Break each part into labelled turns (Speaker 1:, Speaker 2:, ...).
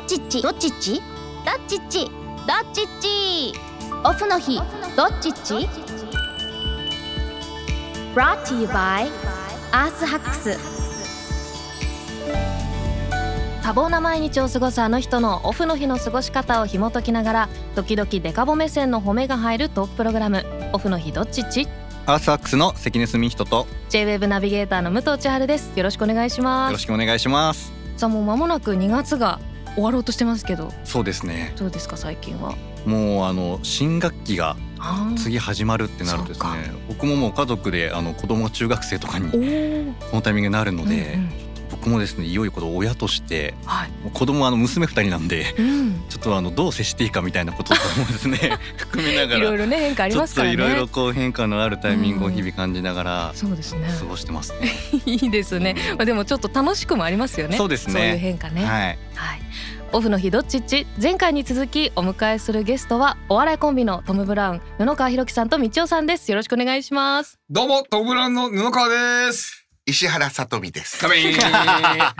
Speaker 1: っちっちどっちっちどっちっちどっちっちオフの日どっちっち Brought to you by アースハックス
Speaker 2: 多忙な毎日を過ごすあの人のオフの日の過ごし方を紐解きながら時々デカボ目線の褒めが入るトークプログラム「オフの日どっちっち
Speaker 3: アースアックスの関根澄人と
Speaker 2: ?JWEB ナビゲーターの武藤千春ですよろしくお願いし
Speaker 3: よ
Speaker 2: ま
Speaker 3: ろ
Speaker 2: す
Speaker 3: しくお願いします
Speaker 2: さあもう間もなく2月が終わろうとしてますけど
Speaker 3: そうですね
Speaker 2: どうですか最近は
Speaker 3: もうあの新学期が
Speaker 2: あー
Speaker 3: 次始まるってなるとです
Speaker 2: そう
Speaker 3: ね僕ももう家族であの子供が中学生とかに
Speaker 2: お
Speaker 3: こ
Speaker 2: ー
Speaker 3: のタイミングになるので、
Speaker 2: うんうん
Speaker 3: 僕もですねいよいよこの親として
Speaker 2: はい
Speaker 3: もう子供はあの娘二人なんで
Speaker 2: うん
Speaker 3: ちょっとあのどう接していいかみたいなこととかもで すね含めなが
Speaker 2: いろ
Speaker 3: ら
Speaker 2: いろね変化あり
Speaker 3: ちょ
Speaker 2: ま
Speaker 3: っ
Speaker 2: すか
Speaker 3: と
Speaker 2: らね
Speaker 3: いろいろこう変化のあるタイミングを日々感じながら
Speaker 2: そうですね
Speaker 3: 過ごしてますね。
Speaker 2: いいですねまあでもちょっと楽しくもありますよね
Speaker 3: そうですね
Speaker 2: そういう変化ね
Speaker 3: はい、
Speaker 2: はい、オフの日どっちっち前回に続きお迎えするゲストはお笑いコンビのトム・ブラウン布川博樹さんと道夫さんですよろしくお願いします
Speaker 4: どうも、トムブラウンの布川です。
Speaker 5: 石原さとみです
Speaker 4: カ。メインち
Speaker 2: ま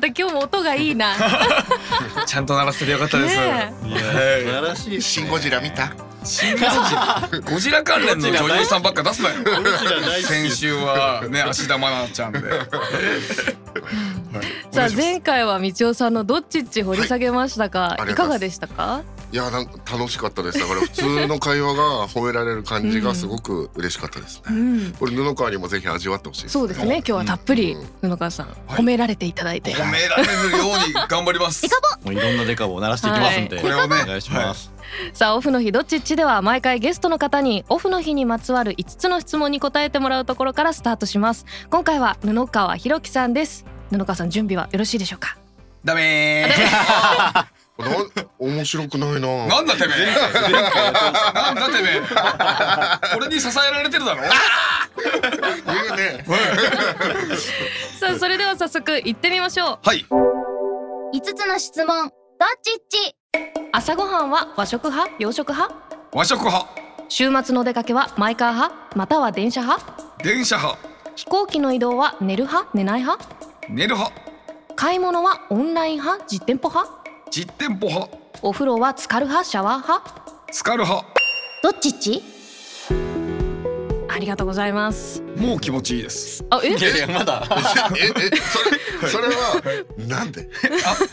Speaker 2: た今日も音がいいな
Speaker 4: ゃんと鳴らせてよかったです。
Speaker 2: ね
Speaker 4: はい
Speaker 3: らしい
Speaker 5: シンゴジラ見た。
Speaker 4: ゴジラ関連の女優さんばっか出すなよ。 先週はね、芦田愛菜ちゃん で。
Speaker 2: さあ
Speaker 5: お願いします
Speaker 2: 前回は道夫さんのどっちっち掘り下げましたが、
Speaker 5: はい
Speaker 2: い、かがでしたか
Speaker 5: いや、なんか楽しかったです。だから普通の会話が褒められる感じがすごく嬉しかったです
Speaker 2: う
Speaker 5: ね。
Speaker 2: ん、
Speaker 5: これ布川にもぜひ味わってほしいです、
Speaker 2: そうですね今日はたっぷり布川さん、褒められていただいて、
Speaker 4: 褒められるように頑張ります。
Speaker 3: もういろんなデカボを鳴らしていきますんで、
Speaker 2: はい
Speaker 4: これをね
Speaker 3: お願いします。
Speaker 2: さあオフの日どっちっちでは毎回ゲストの方にオフの日にまつわる5つの質問に答えてもらうところからスタートします今回は布川博樹さんです布川さん準備はよろしいでしょうか
Speaker 4: ダメー。
Speaker 5: な面白くないな。
Speaker 4: なんだてめえ。なんだてめえ。これに支えられてるだろ。
Speaker 5: 言うね。
Speaker 2: さあそれでは早速行ってみましょう
Speaker 4: はい。
Speaker 1: 5つの質問どっちっち
Speaker 2: 朝ごはんは和食派洋食派
Speaker 4: 和食派、
Speaker 2: 週末の出かけはマイカー派または電車派
Speaker 4: 電車派、
Speaker 2: 飛行機の移動は寝る派寝ない派
Speaker 4: 寝る派、
Speaker 2: 買い物はオンライン派実店舗派
Speaker 4: 実店舗派、
Speaker 2: お風呂は浸かる派シャワー派
Speaker 4: スカル派。
Speaker 1: どっちっち
Speaker 2: ありがとうございます
Speaker 4: もう気持ちいいです。
Speaker 2: あえ
Speaker 3: いやまだ
Speaker 5: え、え、それ、それは、なんで。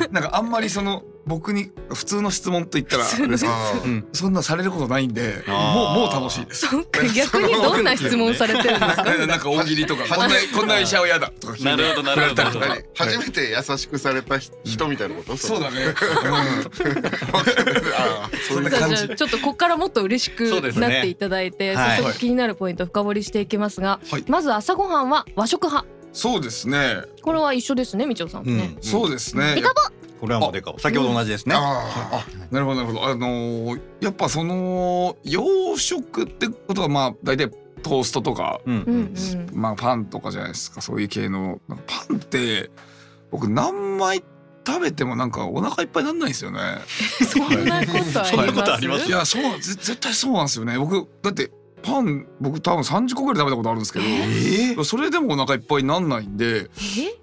Speaker 4: あ、なんかあんまりその僕に普通の質問と言ったらあれですけど
Speaker 5: あー
Speaker 3: うん
Speaker 4: そんなされることないんで、
Speaker 3: あー
Speaker 4: もうもう楽しいです。
Speaker 2: そっか 逆にどんな質問されてるんですか
Speaker 4: なんか大喜利と か、こんなこんな医者は嫌だとか聞いて。
Speaker 3: なるほどなるほど
Speaker 4: 振られたり
Speaker 5: 何初めて優しくされた人人みたいなこと。
Speaker 4: そうだね。
Speaker 5: あー
Speaker 4: そんな
Speaker 2: さあ
Speaker 4: 感
Speaker 2: じ
Speaker 4: じ
Speaker 2: ゃあ。ちょっとここからもっと嬉しく
Speaker 3: そうです
Speaker 2: な
Speaker 3: ね
Speaker 2: っていただいて、
Speaker 3: はい
Speaker 2: 早速気になるポイント深掘りしていきますが、
Speaker 4: はい
Speaker 2: まず朝ごはんは和食派
Speaker 4: そうですね。
Speaker 2: これは一緒ですねみちおさんもね、
Speaker 4: そうですね。
Speaker 1: デカ
Speaker 3: これはもうデカボ先ほど同じですね。
Speaker 5: あー。
Speaker 4: なるほどなるほど。あのーやっぱその洋食ってことはまあ大体トーストとか、
Speaker 3: うん
Speaker 2: うんうん
Speaker 4: まあパンとかじゃないですか。そういう系のなんかパンって僕何枚食べてもなんかお腹いっぱいなんないんですよね。
Speaker 2: そんなことあります
Speaker 3: そんなことあります
Speaker 4: いやそうなんぜ絶対そうなんですよね僕だってパン僕多分30個ぐらい食べたことあるんですけど、それでもお腹いっぱいになんないんで、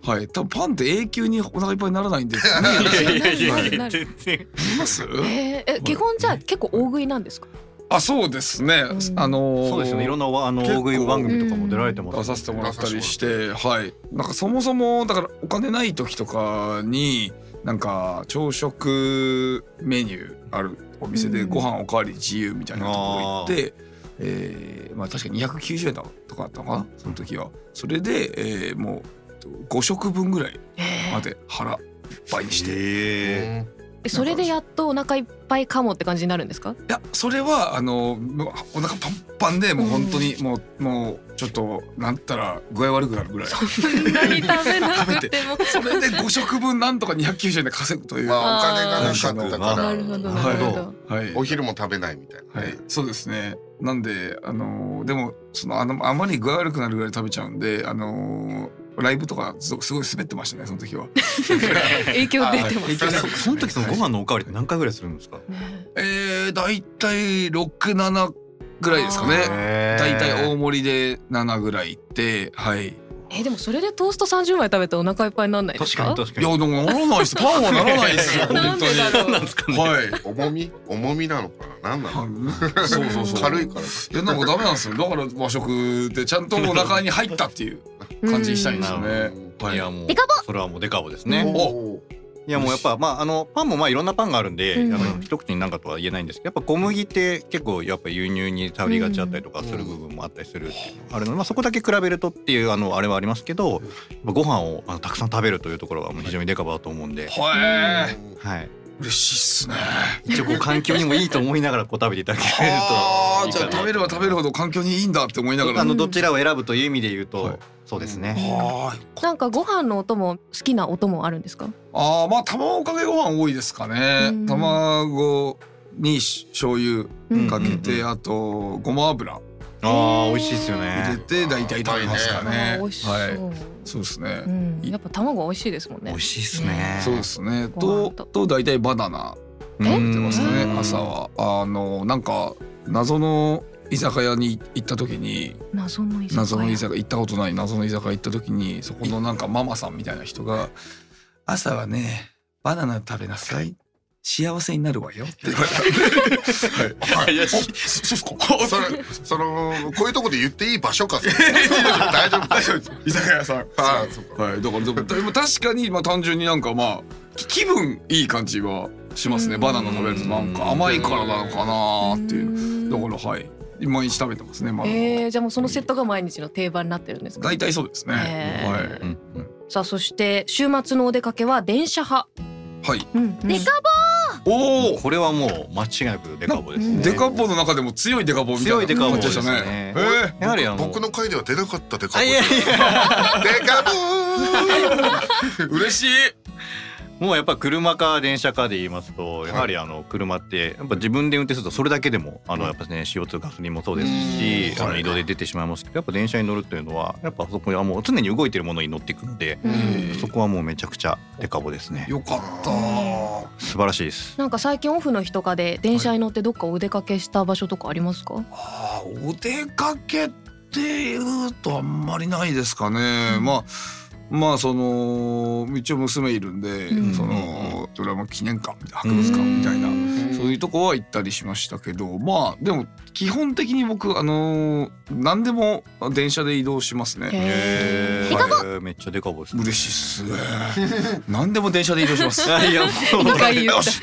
Speaker 4: はい、多分パンって永久にお腹いっぱいにならないんですよね
Speaker 3: いやいやいや
Speaker 2: ないるな
Speaker 3: や
Speaker 2: る
Speaker 3: 全然。
Speaker 4: いま
Speaker 2: え
Speaker 4: す
Speaker 2: ーえ基本じゃあ結構大食いなんですか
Speaker 4: あそうですね、
Speaker 2: ん
Speaker 4: あのー
Speaker 3: そうですよね。いろんなわあの大
Speaker 4: 結構
Speaker 3: 食い番組とかも出られてます。
Speaker 4: 出させてもらったりしてはいなんかそもそもだからお金ない時とかになんか朝食メニューあるお店で
Speaker 2: うん
Speaker 4: ご飯おかわり自由みたいなところ行って、えーまあ確か290円だとかだったのかなその時はそれで、えーもう5食分ぐらいまで腹いっぱいにして、い
Speaker 3: て。
Speaker 2: えそれでやっとお腹いっぱいかもって感じになるんですか
Speaker 4: やそれはあのもうお腹パンパンでもう本当にもう、もうちょっとなんたら具合悪くなるぐらい。
Speaker 2: 何食べなくても
Speaker 4: それで5食分なんとか290円で稼ぐという。
Speaker 5: ま
Speaker 4: は
Speaker 5: あ、お金がなかったか
Speaker 3: あ
Speaker 5: ら。
Speaker 2: なるほど
Speaker 4: は
Speaker 2: ないるほど、
Speaker 4: い。
Speaker 5: お昼も食べないみたいな
Speaker 4: は
Speaker 5: ね。
Speaker 4: い、そうですね。なんで、あのーでも、その、あの、あまり具合悪くなるぐらい食べちゃうんで、あのーライブとかすごすごい滑ってましたね、その時 は。
Speaker 2: 影響出てます、
Speaker 4: はい
Speaker 3: えそその時そのご飯のおかわりって何回ぐらいするんですか。
Speaker 2: ね
Speaker 4: えー、大体6、7ぐらいですかね。
Speaker 3: 大
Speaker 4: 大体大盛りで7ぐらい行って、はい。
Speaker 1: えでもそれでトースト30枚食べてお腹いっぱいになんないです
Speaker 3: 確
Speaker 1: か
Speaker 3: かに確か
Speaker 4: い
Speaker 3: に。
Speaker 4: やでもならないですパンはならない ですよ
Speaker 1: なん
Speaker 4: 本当
Speaker 1: でだろ
Speaker 3: なんですか
Speaker 4: に
Speaker 3: ね。
Speaker 4: はい
Speaker 5: 重み重みなのかな何なの
Speaker 4: そうそうそう
Speaker 5: 軽いから
Speaker 4: いやなんかダメなんですよだから和食でちゃんとお腹に入ったっていう
Speaker 1: うん
Speaker 4: 感じにしたいんですよね、はい
Speaker 3: いやもう
Speaker 2: デカ
Speaker 3: それはもうデカボです
Speaker 5: お
Speaker 3: ね。
Speaker 5: お
Speaker 3: いやもうやっぱまああのパンもまあいろんなパンがあるんで、
Speaker 1: うん
Speaker 3: あの一口になんかとは言えないんですけど、やっぱ小麦って結構やっぱ輸入に頼りがちだったりとかする部分もあったりするっていうのがあるので、まあそこだけ比べるとっていうあのあれはありますけど、やっぱご飯をあのたくさん食べるというところはもう非常にデカボだと思うんで、
Speaker 4: はい、
Speaker 3: はい。
Speaker 4: 嬉しいっすね
Speaker 3: 一応こう環境にもいいと思いながらこう食べていただけると
Speaker 4: あ
Speaker 3: い
Speaker 4: ー
Speaker 3: い
Speaker 4: じ
Speaker 3: か
Speaker 4: ゃ
Speaker 3: な
Speaker 4: あ食べれば食べるほど環境にいいんだって思いながら
Speaker 3: あ
Speaker 4: は
Speaker 3: のどちらを選ぶという意味で言うと、
Speaker 4: はい
Speaker 3: そうですね。
Speaker 4: ーい
Speaker 1: なんかご飯のお供好きなお供あるんですか
Speaker 4: あーまあ卵かけご飯多いですかね
Speaker 1: うん
Speaker 4: 卵に醤油
Speaker 1: うん
Speaker 4: かけて、
Speaker 3: うんうん
Speaker 4: あとごま油
Speaker 3: ああ美味しいですよ
Speaker 4: 入れ
Speaker 3: ね。
Speaker 4: て大体食べますか
Speaker 1: あー
Speaker 4: ね
Speaker 1: 美味しそう、
Speaker 4: はいそうですね、
Speaker 1: うん、やっぱ卵美味しいですもんね
Speaker 3: 美味しいですね。
Speaker 4: そうですね
Speaker 1: ご飯
Speaker 4: と
Speaker 1: と
Speaker 4: と大体バナナ
Speaker 3: うん。
Speaker 1: え
Speaker 4: 食べてますね
Speaker 3: うん
Speaker 4: 朝。はあのなんか謎の居酒屋に行った時に
Speaker 1: 謎の居酒屋
Speaker 4: 謎の居酒屋行ったことない謎の居酒屋行った時にそこのなんかママさんみたいな人が「朝はねバナナ食べなさい幸せになるわよ」って言われたんではいはいあそそうっすか
Speaker 5: それそのこういうとこで言って いい場所かそれ大丈夫大丈夫
Speaker 4: 居酒屋さん
Speaker 5: あ
Speaker 4: は
Speaker 5: ーそうか
Speaker 4: い、はい、だからでもでも確かにまあ単純になんかまあき気分いい感じはしますね
Speaker 1: うん
Speaker 4: バナナ食べるとなんか甘いからなのかなーっていうだからはい毎日食べてますねまだ、
Speaker 1: えー、じゃあもうそのセットが毎日の定番になってるんですか
Speaker 4: 大体そうですね、
Speaker 1: へー
Speaker 4: はい
Speaker 3: うん
Speaker 1: さあそして週末のお出かけは電車派、
Speaker 4: はい
Speaker 1: うん
Speaker 2: デカ
Speaker 4: お
Speaker 3: もうこれはもう間違いなくデカボですね。
Speaker 4: デカボの中でも強いデカボみたい
Speaker 3: 強
Speaker 4: ない
Speaker 3: デカボ
Speaker 4: 感
Speaker 3: で
Speaker 4: じでし
Speaker 3: す
Speaker 4: たね。
Speaker 3: ね。
Speaker 4: え
Speaker 3: やはりあの
Speaker 5: 僕の回では出なかったデカボ
Speaker 3: あいやい
Speaker 5: デカボ
Speaker 4: え嬉しい。
Speaker 3: もうやっぱ車か電車かで言いますとやはりあの車ってやっぱ自分で運転するとそれだけでもあのやっぱね CO2 ガソリンもそうですし
Speaker 5: うん
Speaker 3: あの移動で出てしまいますけどやっぱ電車に乗るというのはやっぱそこはもう常に動いてるものに乗っていくので
Speaker 1: うん
Speaker 4: えー
Speaker 3: そこはもうめちゃくちゃデカボですね
Speaker 4: よかった。
Speaker 3: 素晴らしいです
Speaker 1: なんか最近オフの日とかで電車に乗ってどっかお出かけした場所とかありますか、
Speaker 4: あーお出かけっていうとあんまりないですかね。まあ。まあその一応娘いるんで、
Speaker 1: うん
Speaker 4: そのドラマ記念館みたいな博物館みたいな、
Speaker 1: うん
Speaker 4: そういうとこは行ったりしましたけどまあでも基本的に僕あのー何でも電車で移動しますね。
Speaker 1: へー
Speaker 3: え
Speaker 2: デカボ
Speaker 3: ーめっちゃデカボですね
Speaker 4: 嬉しいっすね。何でも電車で移動し ます。
Speaker 3: いやもう
Speaker 1: 二回言った
Speaker 4: よし。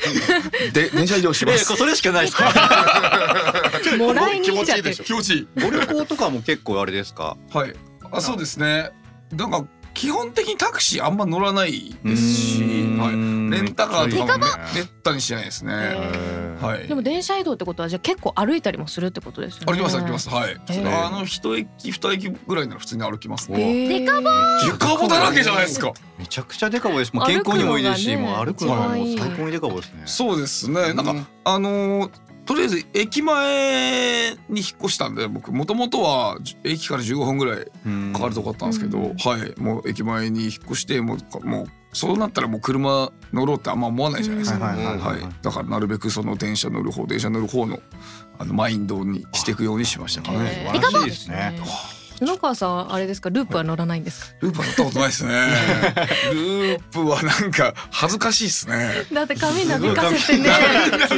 Speaker 4: で電車移動し
Speaker 3: いや
Speaker 4: ま
Speaker 3: いや
Speaker 4: す。
Speaker 3: それしかないですか
Speaker 1: もらいに行っちゃっ
Speaker 5: 気持ちいいで
Speaker 1: て
Speaker 5: しょ
Speaker 4: 気持ちいい。
Speaker 3: ご旅行とかも結構あれですか
Speaker 4: はい。あそうですね。なんか基本的にタクシーあんま乗らないですし、はい。レンタカーとかもめめったにしないですね。
Speaker 1: へ
Speaker 4: は
Speaker 1: でも
Speaker 4: い。
Speaker 1: 電車移動ってことはじゃあ結構歩いたりもするってことですよね
Speaker 4: 歩きます歩きます。はい。
Speaker 1: ー
Speaker 4: あの一駅二駅ぐらいなら普通に歩きます
Speaker 1: へ
Speaker 4: ね。
Speaker 1: ー
Speaker 2: デカボ
Speaker 4: デカボだらけじゃないですか。
Speaker 3: めちゃくちゃデカボですもう健康にもいいですし
Speaker 1: 歩くのが
Speaker 3: も
Speaker 1: ね
Speaker 3: う歩くのがもう
Speaker 1: 一番いい
Speaker 3: 最高にデカボですね
Speaker 4: そうですね。なんか、
Speaker 5: うん
Speaker 4: あのーとりあえず駅前に引っ越したんで僕もともとはじ駅から15分ぐらいかかるとこだったんですけど、
Speaker 1: うん
Speaker 4: はいもう駅前に引っ越してもうかもうそうなったらもう車乗ろうってあんま思わないじゃないですか、
Speaker 3: はいはいはい
Speaker 4: は
Speaker 3: はいい
Speaker 4: だからなるべくその電車乗る方電車乗る方のあのマインドにしていくようにしましたからね
Speaker 1: へー
Speaker 3: 素晴らしいですね
Speaker 1: デカボ布川さんはあれですかループは乗らないんですか
Speaker 4: ループは乗ったことないですねループはなんか恥ずかしいですね
Speaker 1: だって髪なびかせてね 目立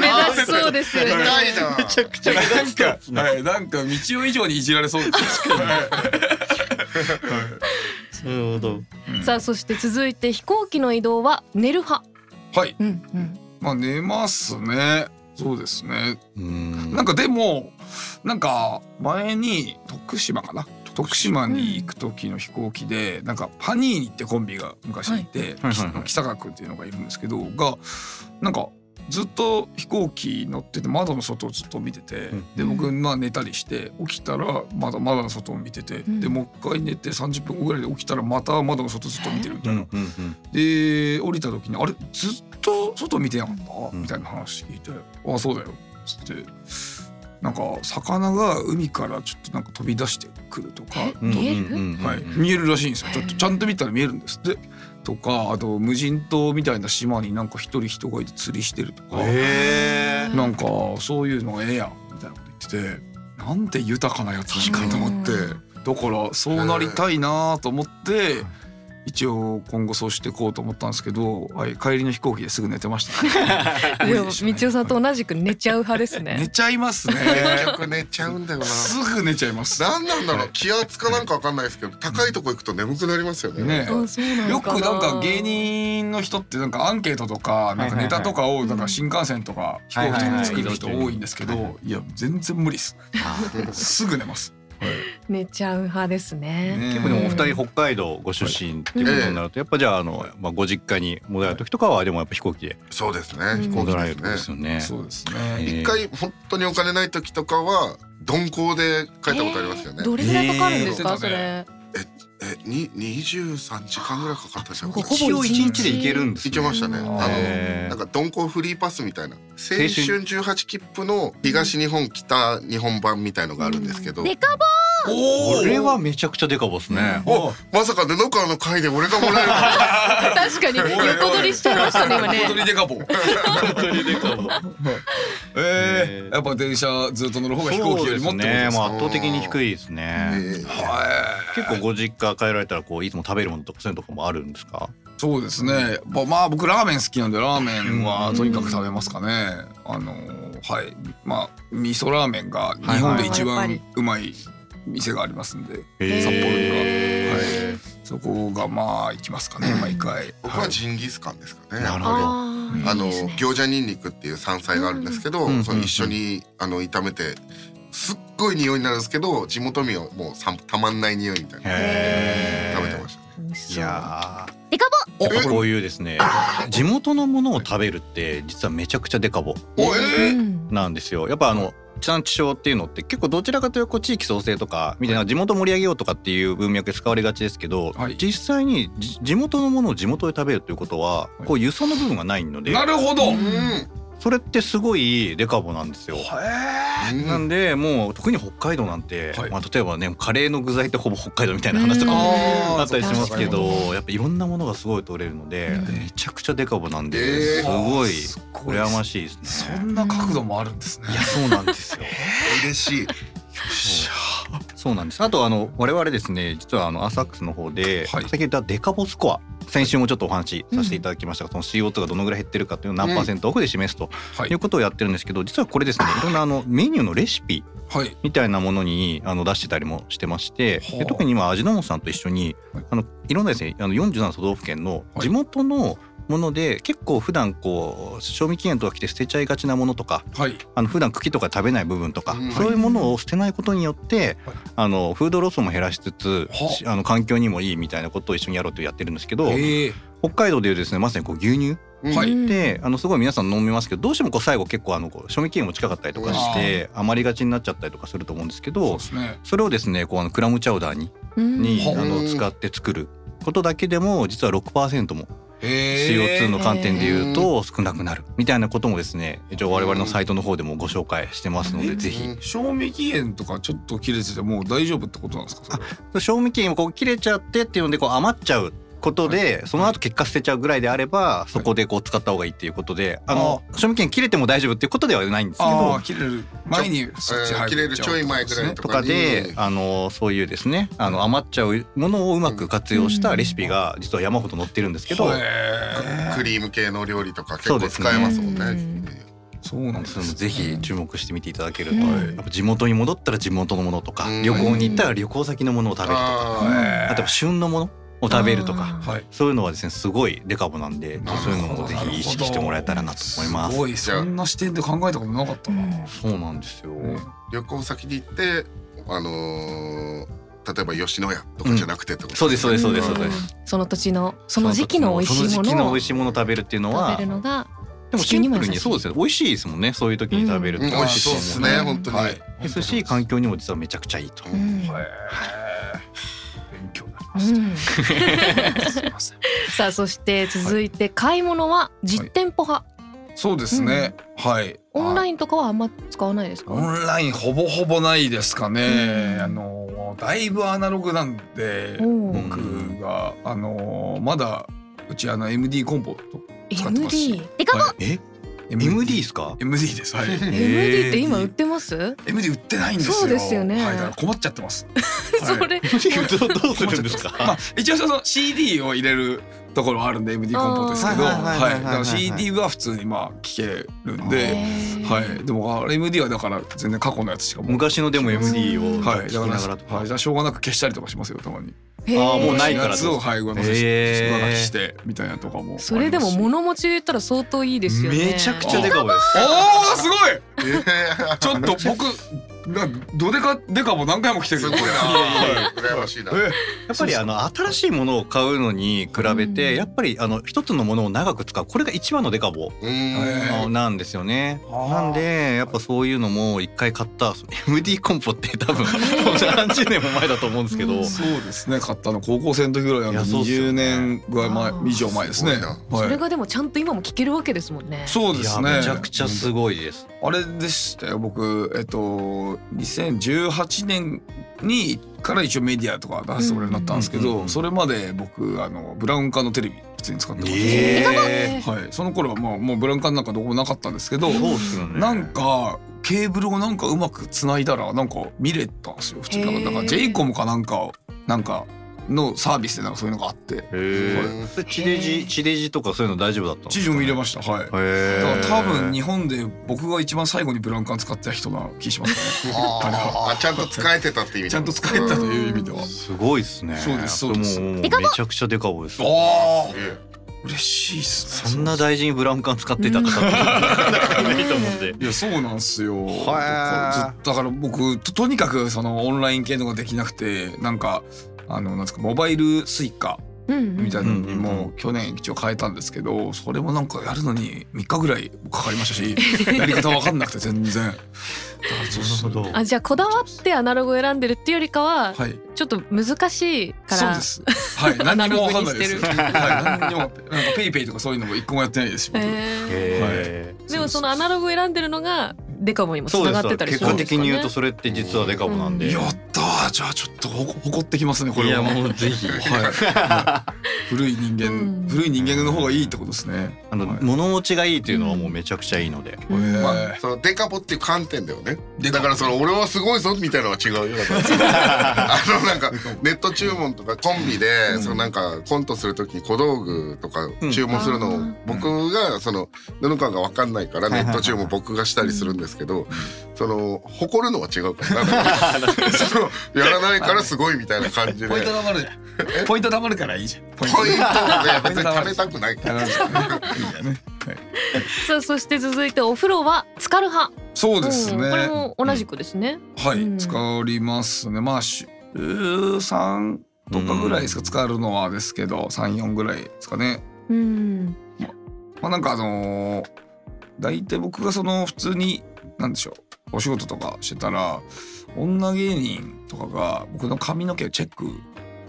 Speaker 1: ちそうですよね
Speaker 5: 痛いな
Speaker 3: くち
Speaker 4: なんか、はい、なんか道を以上にいじられそうです
Speaker 3: なるほど
Speaker 1: さあそして続いて飛行機の移動は寝る派
Speaker 4: はい
Speaker 1: うんうん
Speaker 4: まあ寝ますねそうですね
Speaker 3: な
Speaker 4: なんかでもなんか前に徳島かな徳島に行く時の飛行機でなんかパニーニってコンビが昔いて、
Speaker 3: はいはいはい
Speaker 4: き北川君っていうのがいるんですけどがなんかずっと飛行機乗ってて窓の外をずっと見てて、
Speaker 3: うん
Speaker 4: で僕まあ寝たりして起きたらまだ窓の外を見てて、
Speaker 1: ん
Speaker 4: でもう一回寝て30分後ぐらいで起きたらまた窓の外ずっと見てるみたいな。で降りた時に「あれずっと外見てなかった?」
Speaker 3: うん
Speaker 4: みたいな話聞いて「ああそうだよ」つってなんか魚が海からちょっとなんか飛び出してくるとか、
Speaker 1: え見える
Speaker 4: はい、見えるらしいんですよちょっと
Speaker 1: へー
Speaker 4: ちゃんと見たら見えるんですってとかあと無人島みたいな島になんか一人人がいて釣りしてるとか、
Speaker 3: え
Speaker 4: なんかそういうのがええやんみたいなこと言っててなんて豊かなやつなんだと思って。だからそうなりたいなと思って一応今後そうしていこうと思ったんですけど、はい、帰りの飛行機ですぐ寝てましたね、無
Speaker 1: で
Speaker 4: 理
Speaker 1: も
Speaker 4: でしたね
Speaker 1: 道夫さんと同じく寝ちゃう派です
Speaker 4: 寝
Speaker 1: ね。
Speaker 4: ちゃいます ね
Speaker 5: 結局寝ちゃうんだよな
Speaker 4: すぐ寝ちゃい ます
Speaker 5: 何なんだろう気圧かなんかわかんないですけど高いとこ行くと眠くなりますよね
Speaker 4: ね
Speaker 1: あそうなの
Speaker 4: よ
Speaker 1: か
Speaker 4: くなんか芸人の人ってなんかアンケートとかなんかネタとかをなんか新幹線とか飛行機とかで作る人多いんですけ
Speaker 3: はいはい
Speaker 4: どいや全然無理ですすぐ寝ます
Speaker 1: 寝ちゃう派ですね。
Speaker 4: 結
Speaker 3: でもお二人北海道ご出身っていうことになるとやっぱじゃああの、まあ、ご実家に戻られる時とかはでもやっぱ飛行機で
Speaker 5: そうですね
Speaker 1: ん
Speaker 5: 飛行
Speaker 3: 戻られ
Speaker 5: 機
Speaker 3: るんで
Speaker 5: です
Speaker 3: す
Speaker 5: ね
Speaker 3: よね。
Speaker 4: そうですね
Speaker 5: 一回本当にお金ない時とかは鈍行で帰ったことありますよ
Speaker 1: えー
Speaker 5: ね
Speaker 1: どれぐらいかかるんです
Speaker 4: え
Speaker 1: か、
Speaker 4: ー
Speaker 1: それ。
Speaker 5: えに23時間ぐらいかかったじゃん
Speaker 1: そうか
Speaker 3: 一応一日で行けるんです
Speaker 5: 行
Speaker 3: ね。
Speaker 5: けましたねあの
Speaker 3: へー
Speaker 5: なんか鈍行フリーパスみたいな青春
Speaker 3: 春
Speaker 5: 18切符の東日本北日本版みたいのがあるんですけど
Speaker 2: デカボ
Speaker 3: こ
Speaker 4: お
Speaker 3: れはめちゃくちゃデカボですね。
Speaker 4: お
Speaker 5: まさか布川の会で俺がもらえるか
Speaker 1: 確かに横取りしちゃいましたね、今
Speaker 4: 本当
Speaker 1: ね。
Speaker 4: にデカボえーやっぱ電車ずっと乗る方が飛行機よりもっ
Speaker 3: そうで
Speaker 4: てこと
Speaker 3: す
Speaker 4: で
Speaker 3: ね。
Speaker 4: す
Speaker 3: もう
Speaker 4: か
Speaker 5: か
Speaker 3: 圧倒的に低いです
Speaker 5: な、
Speaker 3: ね。
Speaker 5: ええ
Speaker 4: はい
Speaker 3: 結構ご実家帰られたらこういつも食べるものとかそういうのとかもあるんですか。
Speaker 4: そうですね。やっぱまあ僕ラーメン好きなんでラーメンはとにかく食べますかね。あのはい。まあ味噌ラーメンが日本で一
Speaker 1: はいはい
Speaker 4: 番うまい店がありますんで、
Speaker 3: へー
Speaker 4: 札幌には、はい
Speaker 3: へー
Speaker 4: そこがまあ行きますかね毎回。
Speaker 5: 僕はジンギスカンですかね
Speaker 3: なるほど。
Speaker 1: あ
Speaker 5: あ
Speaker 1: ー
Speaker 5: の
Speaker 1: いいですね
Speaker 5: 餃子ニンニクっていう山菜があるんですけど、
Speaker 3: うん
Speaker 5: その一緒にあの炒めてすっごい匂いになるんですけど地元民はもうさたまんない匂いみたいな
Speaker 3: へー
Speaker 5: 食べてましたね
Speaker 1: 美味しそう
Speaker 3: いや
Speaker 2: デカ
Speaker 3: ボやっぱこういうですね地元のものを食べるって実はめちゃくちゃデカボ
Speaker 5: おえー
Speaker 1: うん
Speaker 3: なんですよやっぱあの地産地消っていうのって結構どちらかというとこう地域創生とかみたいな地元盛り上げようとかっていう文脈で使われがちですけど、
Speaker 4: はい
Speaker 3: 実際にじ地元のものを地元で食べるということはこう輸送の部分がないので
Speaker 4: なるほど。
Speaker 5: うん
Speaker 3: それってすごいデカボなんですよ。
Speaker 5: うん
Speaker 3: なんでもう特に北海道なんて、
Speaker 4: はい
Speaker 3: まあ、例えばねカレーの具材ってほぼ北海道みたいな話とかも
Speaker 4: あー
Speaker 3: あったりしますけ
Speaker 1: そう
Speaker 3: どやっぱいろんなものがすごい取れるので
Speaker 1: うん
Speaker 3: めちゃくちゃデカボなん
Speaker 5: え
Speaker 3: です
Speaker 5: ー
Speaker 3: ごい
Speaker 4: すごい
Speaker 3: 羨ましいです
Speaker 4: そ
Speaker 3: ね。
Speaker 4: んな角度もあるんですね
Speaker 3: い。やそうなんですよ。
Speaker 5: 嬉しい
Speaker 3: そうなんです。あとあの我々ですね、実はあのアサックスの方で、
Speaker 4: はい
Speaker 3: 先ほど言ったデカボスコア、先週もちょっとお話しさせていただきましたが、その CO2 がどのぐらい減ってるかというのを何パーセントオフで示すと
Speaker 4: はい
Speaker 3: い
Speaker 4: は
Speaker 3: うことをやってるんですけど、実はこれですね、いろんなあのメニューのレシピ
Speaker 4: い
Speaker 3: みたいなものにあの出してたりもしてまして、
Speaker 4: はあ
Speaker 3: で特に今味の素さんと一緒に、
Speaker 4: はい
Speaker 3: あのいろんなですね、あの47都道府県の
Speaker 4: はい
Speaker 3: 地元のもので結構普段こう賞味期限とか来て捨てちゃいがちなものとか
Speaker 4: はい。
Speaker 3: あの普段茎とか食べない部分とか、
Speaker 5: うん
Speaker 3: そういうものを捨てないことによって、
Speaker 4: はい
Speaker 3: あのフードロスも減らしつつ、
Speaker 4: は
Speaker 3: しあの環境にもいいみたいなことを一緒にやろうとやってるんですけど、
Speaker 4: え
Speaker 3: 北海道でいうですねまさにこう牛乳
Speaker 5: うん
Speaker 4: は
Speaker 1: う
Speaker 4: い
Speaker 1: ん
Speaker 3: であのすごい皆さん飲みますけどどうしてもこう最後結構あのこう賞味期限も近かったりとかして余りがちになっちゃったりとかすると思うんですけ
Speaker 4: そう
Speaker 3: ど
Speaker 4: ですね。
Speaker 3: それをですねこうあのクラムチャウダーに
Speaker 1: うん
Speaker 3: に
Speaker 4: うん
Speaker 3: あの使って作ることだけでも実は6%も
Speaker 4: え
Speaker 3: CO2
Speaker 4: ー
Speaker 3: の観点で言うと少なくなるみたいなこともですね一応我々のサイトの方でもご紹介してますの
Speaker 4: う
Speaker 3: で
Speaker 4: ん
Speaker 3: ぜひ
Speaker 4: 賞味期限とかちょっと切れててもう大丈夫ってことなんですか。それは
Speaker 3: 賞味期限をこう切れちゃってっていうのでこう余っちゃうことで、その後結果捨てちゃうぐらいであればそこでこう使った方がいいっていうことで、あの賞味期限切れても大丈夫っていうことではないんですけ
Speaker 4: あ
Speaker 3: ど
Speaker 4: あ。切れる前にそっち
Speaker 5: えー
Speaker 4: 入
Speaker 5: 切
Speaker 4: れ
Speaker 5: れるちょい前ぐらい
Speaker 4: と
Speaker 5: と
Speaker 3: と
Speaker 5: か
Speaker 3: か
Speaker 5: に
Speaker 3: で、あのそういうですね、あの余っちゃうものをうまく活用したレシピが実は山ほど載ってるんですけど、
Speaker 5: ク
Speaker 4: へえ
Speaker 5: リーム系の料理とか結構使えますもんね
Speaker 1: そうです
Speaker 4: そうなんです
Speaker 3: それもぜひ注目して見ていただけると、
Speaker 1: うん
Speaker 3: やっぱ地元に戻ったら地元のものとか、
Speaker 5: うん
Speaker 3: 旅行に行ったら旅行先のものを食べるとか、
Speaker 5: あ
Speaker 4: あ
Speaker 3: あとは旬のものを食べるとか、
Speaker 1: あー
Speaker 4: はい
Speaker 3: そういうのはですねすごいデカボなんで
Speaker 5: なるほ
Speaker 3: そうい
Speaker 5: ど
Speaker 3: うのもぜひ意識してもらえたらなと思いますす。
Speaker 4: ごいそんな視点で考えたことなかったな、
Speaker 3: そうなんですよ。
Speaker 4: うん
Speaker 5: ー旅行先に行ってあのー例えば吉野家とかじゃなくてってこと
Speaker 3: そうですそうですそうです
Speaker 5: ん
Speaker 3: そうです。
Speaker 1: その土地のその時期の美味しい
Speaker 3: そ
Speaker 1: も
Speaker 3: の時期の
Speaker 1: の
Speaker 3: 美
Speaker 1: を
Speaker 3: 味しいものを食べるっていうの
Speaker 1: 食
Speaker 3: は
Speaker 1: べるのが
Speaker 3: でもシンプルにそうですよ美味しいですもんねそういう時に食べる
Speaker 5: う
Speaker 3: と
Speaker 5: ん美味しいで
Speaker 3: ですす
Speaker 5: ね
Speaker 1: うん
Speaker 5: 本当に、
Speaker 4: はい
Speaker 3: ですし環境にも実はめちゃくちゃいいと。
Speaker 5: う
Speaker 1: うんん
Speaker 4: へえ勉強になり
Speaker 1: う
Speaker 4: まし
Speaker 1: ん
Speaker 4: たすいません
Speaker 1: さあそして続いて買い物は実店舗派
Speaker 4: そうですね、はい
Speaker 1: オンラ
Speaker 4: イン
Speaker 1: インとかはあんま使わないですか
Speaker 4: オンラインほぼほぼないですかね、
Speaker 1: うん
Speaker 4: あのだいぶアナログなんで
Speaker 1: おおー
Speaker 4: 僕があのまだうちあの MD コンポと
Speaker 1: MD
Speaker 2: デカボ
Speaker 4: はい
Speaker 3: え MD ですか
Speaker 4: MD で すはい
Speaker 1: MD って今売ってます？
Speaker 4: MD 売ってないんですよ
Speaker 1: そうですよね
Speaker 4: はいだから困っちゃっ てます、はい
Speaker 1: それ
Speaker 3: どうどうするんです
Speaker 4: ま
Speaker 3: か
Speaker 4: あ、一応その CD を入れるところはあるんで MD コンポですけど
Speaker 3: あーはい
Speaker 4: は
Speaker 3: はいい
Speaker 4: だ
Speaker 3: はいはいはい
Speaker 4: から CD は普通にまあ聴けるん
Speaker 3: え
Speaker 4: で、
Speaker 1: へー
Speaker 4: はい、でもあれ MD はだから全然過去のやつしかもう
Speaker 3: 昔のでも MD を
Speaker 4: は
Speaker 3: 聞
Speaker 4: い、
Speaker 3: き
Speaker 4: だから
Speaker 3: ながらとか、
Speaker 4: はい、じゃあしょうがなく消したりとかしますよたまに
Speaker 1: へー
Speaker 3: あーもうないから
Speaker 4: やつをはい上乗せし
Speaker 3: へー
Speaker 4: 上書きしてみたいなとかもありますし
Speaker 1: それでも物持ちで言ったら相当いいですよね。
Speaker 3: めちゃくちゃでかいで
Speaker 4: お
Speaker 3: す
Speaker 4: ーすごい
Speaker 5: えー
Speaker 4: ちょっと僕などでかでかも何回も来てる
Speaker 5: す
Speaker 4: よ
Speaker 5: ごいな
Speaker 3: やいやいや
Speaker 5: 羨ましいな
Speaker 4: え
Speaker 3: やっぱりあの新しいものを買うのに比べ
Speaker 1: う
Speaker 3: て
Speaker 1: ん
Speaker 3: やっぱりあの一つのものを長く使うこれが一番のデカボ
Speaker 5: うーん
Speaker 4: えー
Speaker 3: なんですよね。
Speaker 4: あー
Speaker 3: なんでやっぱそういうのも一回買った MD コンポって多分何十年も前だと思うんですけど
Speaker 1: うん
Speaker 4: そうですね買ったの高校生の時ぐらいなん
Speaker 3: いや
Speaker 4: で
Speaker 3: そうっすよ
Speaker 4: 20
Speaker 3: ね
Speaker 4: 年ぐらい前
Speaker 1: あー
Speaker 4: 以上前ですね
Speaker 5: すごいな
Speaker 4: はい
Speaker 1: それがでもちゃんと今も聞けるわけですもんね。
Speaker 4: そうで
Speaker 3: い
Speaker 4: す
Speaker 3: や
Speaker 4: ね
Speaker 3: めちゃくちゃすごいです。
Speaker 4: あれでしたよ僕えっと2018年にから一応メディアとか出す俺になったんですけ
Speaker 3: うんうん
Speaker 4: ど、
Speaker 3: うん
Speaker 4: それまで僕あのブラウン管のテレビ普通に使ってました、
Speaker 3: え
Speaker 1: え
Speaker 4: はい、その頃はもうもうブラウン管なんかどこもなかったんですけど、
Speaker 3: そうですよね。
Speaker 4: なんかケーブルをなんかうまく繋いだらなんか見れたんですよ普通になんか
Speaker 1: へー
Speaker 4: だから j イコムかなんかなんかのサービスでなんかそういうのがあって
Speaker 3: へー。それ地デ
Speaker 1: へ
Speaker 3: ジ
Speaker 1: ー
Speaker 3: 地デジとかそういうの大丈夫だったの？
Speaker 4: 地上見れましたはいだか
Speaker 3: へ
Speaker 4: ら
Speaker 3: ー。
Speaker 4: 多分日本で僕が一番最後にブラウン管使ってた人な気しますねあれは
Speaker 5: あちゃんと使えてたって意味
Speaker 4: ちゃんと使えたという意味では
Speaker 3: すごいですね。
Speaker 4: そうですそうです
Speaker 3: ももうめ
Speaker 2: デカボ
Speaker 3: ちゃくちゃデカボです。
Speaker 4: あ
Speaker 5: え
Speaker 4: あ嬉しいっすね
Speaker 3: そんな大事にブラウン管使ってた方ってなかなかいないと思うん で。
Speaker 4: いやそうなんすよだ
Speaker 3: は
Speaker 4: か
Speaker 3: い
Speaker 4: らずだから僕ととにかくそのオンライン系のができなくてなんかあのなんですかモバイルスイカみたいなのに
Speaker 3: うんうん
Speaker 4: もう去年一応変えたんですけどそれもなんかやるのに3日ぐらいかかりましたしやり方わかんなくて全然だからそうすると
Speaker 3: なるほど
Speaker 1: あじゃあこだわってアナログを選んでるっていうよりかは
Speaker 4: はい
Speaker 1: ちょっと難しいか
Speaker 4: そう
Speaker 1: ら
Speaker 4: ですはい 何にもわかんないです
Speaker 1: ア
Speaker 4: はい何にもなんかペイペイとかそういうのも一個もやってないですし僕
Speaker 1: へ
Speaker 4: ー
Speaker 3: へー
Speaker 1: ーでもそのアナログを選んでるのがデカボにもつ
Speaker 3: そう
Speaker 1: なが
Speaker 3: で
Speaker 1: っ
Speaker 3: すそう
Speaker 1: てた
Speaker 3: です
Speaker 1: りす
Speaker 3: 結
Speaker 1: る
Speaker 3: 果
Speaker 1: んです
Speaker 3: 的
Speaker 1: かね
Speaker 3: に言うとそれって実はデカボなんで。
Speaker 4: やったーじゃあちょっとほ誇ってきますねこ
Speaker 3: い
Speaker 4: れ
Speaker 3: や
Speaker 4: は
Speaker 3: もうぜひ。
Speaker 4: はい、古い人間、
Speaker 1: うん
Speaker 4: 古い人間の方がいいってことですね。
Speaker 3: あの、
Speaker 4: はい
Speaker 3: 物持ちがいいというのはもうめちゃくちゃいいので。
Speaker 1: うん
Speaker 4: えー
Speaker 5: まあ、そのデカボっていう観点だよね
Speaker 4: デカ
Speaker 5: だ
Speaker 4: ボ
Speaker 5: からその俺はすごいぞみたいなのは違うよだからあのなんかネット注文とかコンビで、
Speaker 4: うん
Speaker 5: そのなんかコントする時に小道具とか
Speaker 3: うん
Speaker 5: 注文するのを、
Speaker 1: あー
Speaker 5: 僕がその布川が分かんないからネット注文僕がしたりするんですけど、その誇るのは違うからなんかそのやらないからすごいみたいな感じで。ポ
Speaker 4: ポ
Speaker 5: イ
Speaker 4: イン
Speaker 5: ント
Speaker 4: ト
Speaker 5: で
Speaker 4: 貯まるじゃん。ポイント貯まるからいいじゃん。ポイント。
Speaker 5: 別に食べたくないか
Speaker 4: 貯
Speaker 5: ら
Speaker 4: まるじゃんいいじゃんね。はい
Speaker 1: さあそして続いてお風呂は浸かる派
Speaker 4: そうです
Speaker 1: うん
Speaker 4: ね。
Speaker 1: これも同じくですね
Speaker 4: は
Speaker 1: う
Speaker 4: い、
Speaker 1: ん
Speaker 4: 使りますね。まあ週三とかぐらいですか使うのはですけど、三四ぐらいですかね。
Speaker 1: うん
Speaker 4: まあなんかあのー大体僕がその普通になんでしょうお仕事とかしてたら女芸人とかが僕の髪の毛をチェック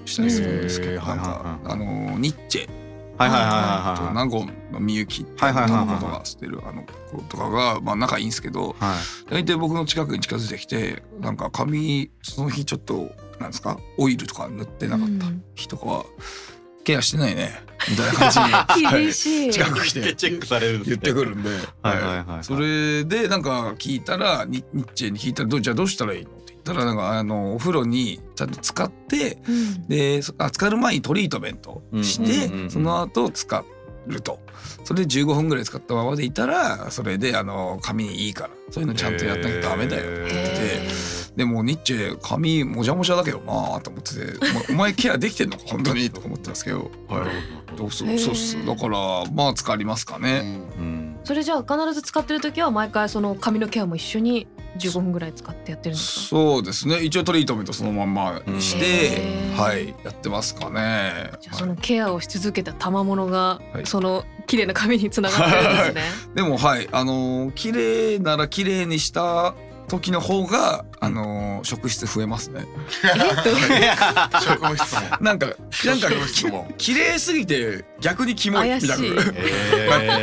Speaker 4: したりするんですけ
Speaker 3: へ
Speaker 4: ど
Speaker 3: ー
Speaker 4: なん
Speaker 3: はいはい
Speaker 4: かあのーニッチェ
Speaker 3: はいはいは
Speaker 4: と
Speaker 3: いはいはい。
Speaker 4: 納言のみゆきって
Speaker 3: はいはいはいはい
Speaker 4: 男がしてるあの子とかがまあ仲いいんですけど
Speaker 3: はい。
Speaker 4: 大体僕の近くに近づいてきてなんか髪その日ちょっとなんですかオイルとか塗ってなかった日とかはケアしてないねみたいな感じに
Speaker 1: 厳
Speaker 4: は
Speaker 1: しい
Speaker 4: い近く来
Speaker 3: で
Speaker 4: て
Speaker 3: チェックされるんです
Speaker 4: 言
Speaker 3: ね
Speaker 4: ってくるんで、
Speaker 3: はいはいはい
Speaker 4: それでなんか聞いたらニニッチェに聞いたらどうじゃあどうしたらいいのって言ったらなんかあのお風呂にちゃんと使って
Speaker 1: うん
Speaker 4: でそあ使う前にトリートメントして、
Speaker 3: うんうんうんうん
Speaker 4: その後使うとそれで15分ぐらい使ったままでいたらそれであの髪にいいからそういうのちゃんとやんなきゃダメだよ。
Speaker 3: へ
Speaker 4: でもニッチェ髪もじゃもじゃだけどなあと思ってて お前お前ケアできてんのか本当にとか思ったんですけど、
Speaker 3: ー
Speaker 4: はい、そうそう
Speaker 1: へー
Speaker 4: そうっすだからまあ使いますかね、
Speaker 5: うん
Speaker 3: う ん
Speaker 1: それじゃあ必ず使ってる時は毎回その髪のケアも一緒に15分ぐらい使ってやってるんですか
Speaker 4: そうですね一応トリートメントそのまんまして、
Speaker 1: うん
Speaker 4: はいやってますかね
Speaker 1: じゃあそのケアをし続けた賜物が
Speaker 4: はい
Speaker 1: その綺麗な髪につながってるん ですね。
Speaker 4: でもはいあのー綺麗なら綺麗にした時の方があのー職質増えますね。
Speaker 5: 職務質問
Speaker 4: なんかなんか
Speaker 5: 職務質問
Speaker 4: 綺麗すぎて逆にキモい
Speaker 1: 怪
Speaker 4: みたいな。
Speaker 1: しい。
Speaker 4: なって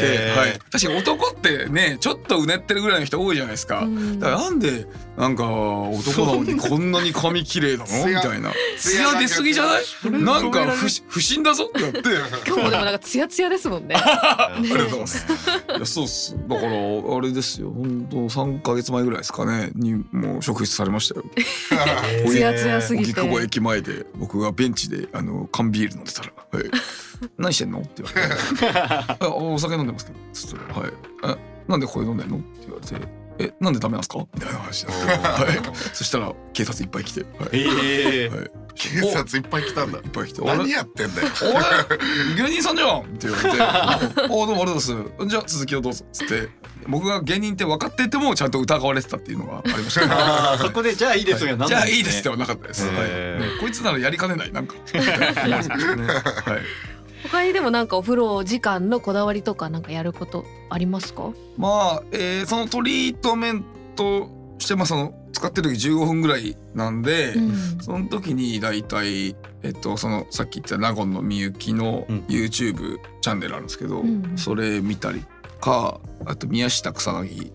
Speaker 3: えー
Speaker 4: はい、確かに男ってねちょっとうねってるぐらいの人多いじゃないですか,、
Speaker 1: うん
Speaker 4: だからなんでなんか男なのにこんなに髪綺麗 なの
Speaker 5: 艶
Speaker 4: みたいな
Speaker 5: 艶
Speaker 4: 艶出すぎじゃない
Speaker 1: れ
Speaker 4: なんか不不審だぞってなって
Speaker 1: 今日もでもなんかツヤツヤですも んね。
Speaker 3: あり
Speaker 4: がとうございます。いやそうっすだからあれですよ本当3か月前ぐらいですかねにもう職質されましたよ
Speaker 1: ツヤツヤすぎ
Speaker 4: 荻
Speaker 1: て。
Speaker 4: 窪駅前で僕がベンチであの缶ビール飲んでたら「 はい、何してんの?」って言われてあ「お酒飲んでますけど」つってはいえなんでこれ飲んでんの?」って言われて「えなんでダメなんですか?」みたいな話になって、はい、そしたら警察いっぱい来て、はい
Speaker 3: え
Speaker 4: はい、いっ
Speaker 5: 警察いっぱい来たんだ
Speaker 4: ぱい来て「あれ
Speaker 5: 何やってんだよ
Speaker 4: 俺芸人さんじゃん!」って言われて「あ どうもありがとうございますじゃあ続きをどうぞ」つって僕が芸人って分かっててもちゃんと疑われてたっていうのがあり ました
Speaker 3: あーそこでじゃあいいですよ、
Speaker 4: じゃあいいですではなかったです、はい
Speaker 3: へー
Speaker 4: ねこいつならやりかねないなんかはい
Speaker 1: 他にでもなんかお風呂時間のこだわりとかなんかやることありますか？
Speaker 4: まあ、えーそのトリートメントして、まあ、その使ってる時15分ぐらいなんで、
Speaker 1: うん
Speaker 4: その時に大体、えっと、そのさっき言った納言のみゆきの
Speaker 3: うん
Speaker 4: YouTube チャンネルあるんですけど、
Speaker 1: うん
Speaker 4: それ見たりかあと宮下草薙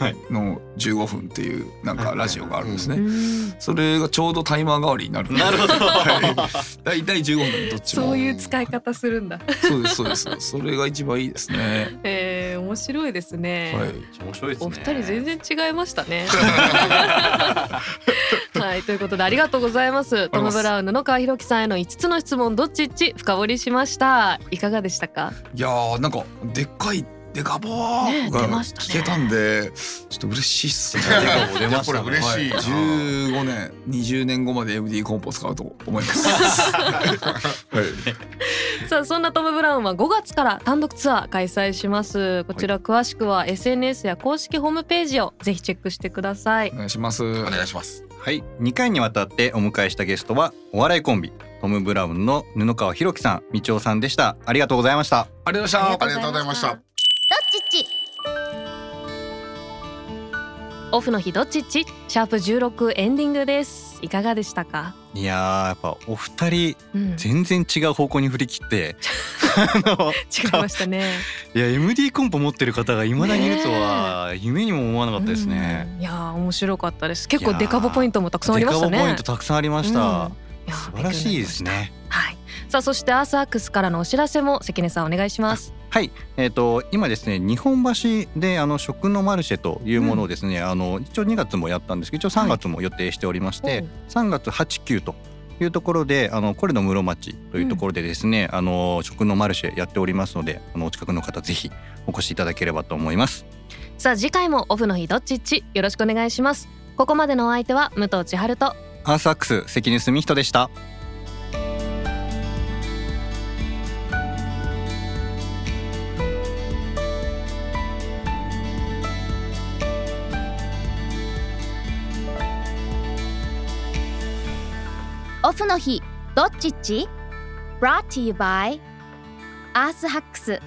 Speaker 3: はい
Speaker 4: の15分っていうなんかラジオがあるんですね。
Speaker 1: うん
Speaker 4: それがちょうどタイマー代わりになるんで
Speaker 3: なるほど
Speaker 4: はい大体15分なんでどっちも
Speaker 1: そういう使い方する んだ。
Speaker 4: そうですそうですそれが一番いいですね
Speaker 1: えー、面白いですね。
Speaker 4: はい
Speaker 3: 面白いですね
Speaker 1: お二人全然違いました ね。はいということでありがとうございます。トム・ブラウン布川博樹さんへの5つの質問どっちっち深掘りしました。いかがでしたか？
Speaker 4: いやーなんかでっかいデカボ
Speaker 1: ね
Speaker 4: ー
Speaker 1: え
Speaker 4: が
Speaker 1: 出ましたね
Speaker 4: 聞けたんで、ちょっと嬉しいっすね。
Speaker 3: 笑顔出
Speaker 5: いや
Speaker 3: まし
Speaker 5: これ
Speaker 3: たね
Speaker 5: 嬉しいな
Speaker 4: 15年20年後まで MD コンポ使うと思います。はい
Speaker 1: さあそんなトム・ブラウンは5月から単独ツアー開催しますこちら詳しくは SNS や公式ホームページをぜひチェックしてください
Speaker 4: お願いします。
Speaker 5: お願いします
Speaker 3: はい2回にわたってお迎えしたゲストはお笑いコンビトム・ブラウンの布川ひろきさん道夫さんでしたありがとうございました
Speaker 4: ありがとうございました。
Speaker 5: ありがとうございました
Speaker 2: ちっち
Speaker 1: オフの日どっちっちシャープ16エンディングですいかがでしたか、
Speaker 3: いやーやっぱお二人
Speaker 1: うん、違い
Speaker 3: 全然違う方向に振り切って あの
Speaker 1: ましたね
Speaker 3: いや MD コンポ持ってる方がいまだにいるとは夢にも思わなかったですね、
Speaker 1: うんいやー面白かったです結構デカボポイントもたくさんありましたね
Speaker 3: デカボポイントたくさんありました、
Speaker 1: いやー
Speaker 3: 素晴らしいですね
Speaker 1: はい。さあそしてアースアックスからのお知らせも関根さんお願いします
Speaker 3: はい、えー、と今ですね日本橋であの食のマルシェというものをですね、あの一応2月もやったんですけど一応3月も予定しておりまして、3月89というところであのコレド室町というところでですね、あの食のマルシェやっておりますのであのお近くの方ぜひお越しいただければと思います。
Speaker 1: さあ次回もオフの日どっちっちよろしくお願いしますここまでのお相手は武藤千春と
Speaker 3: アースアックス関根澄人でした
Speaker 2: オフの日どっちっち brought to you by アースハックス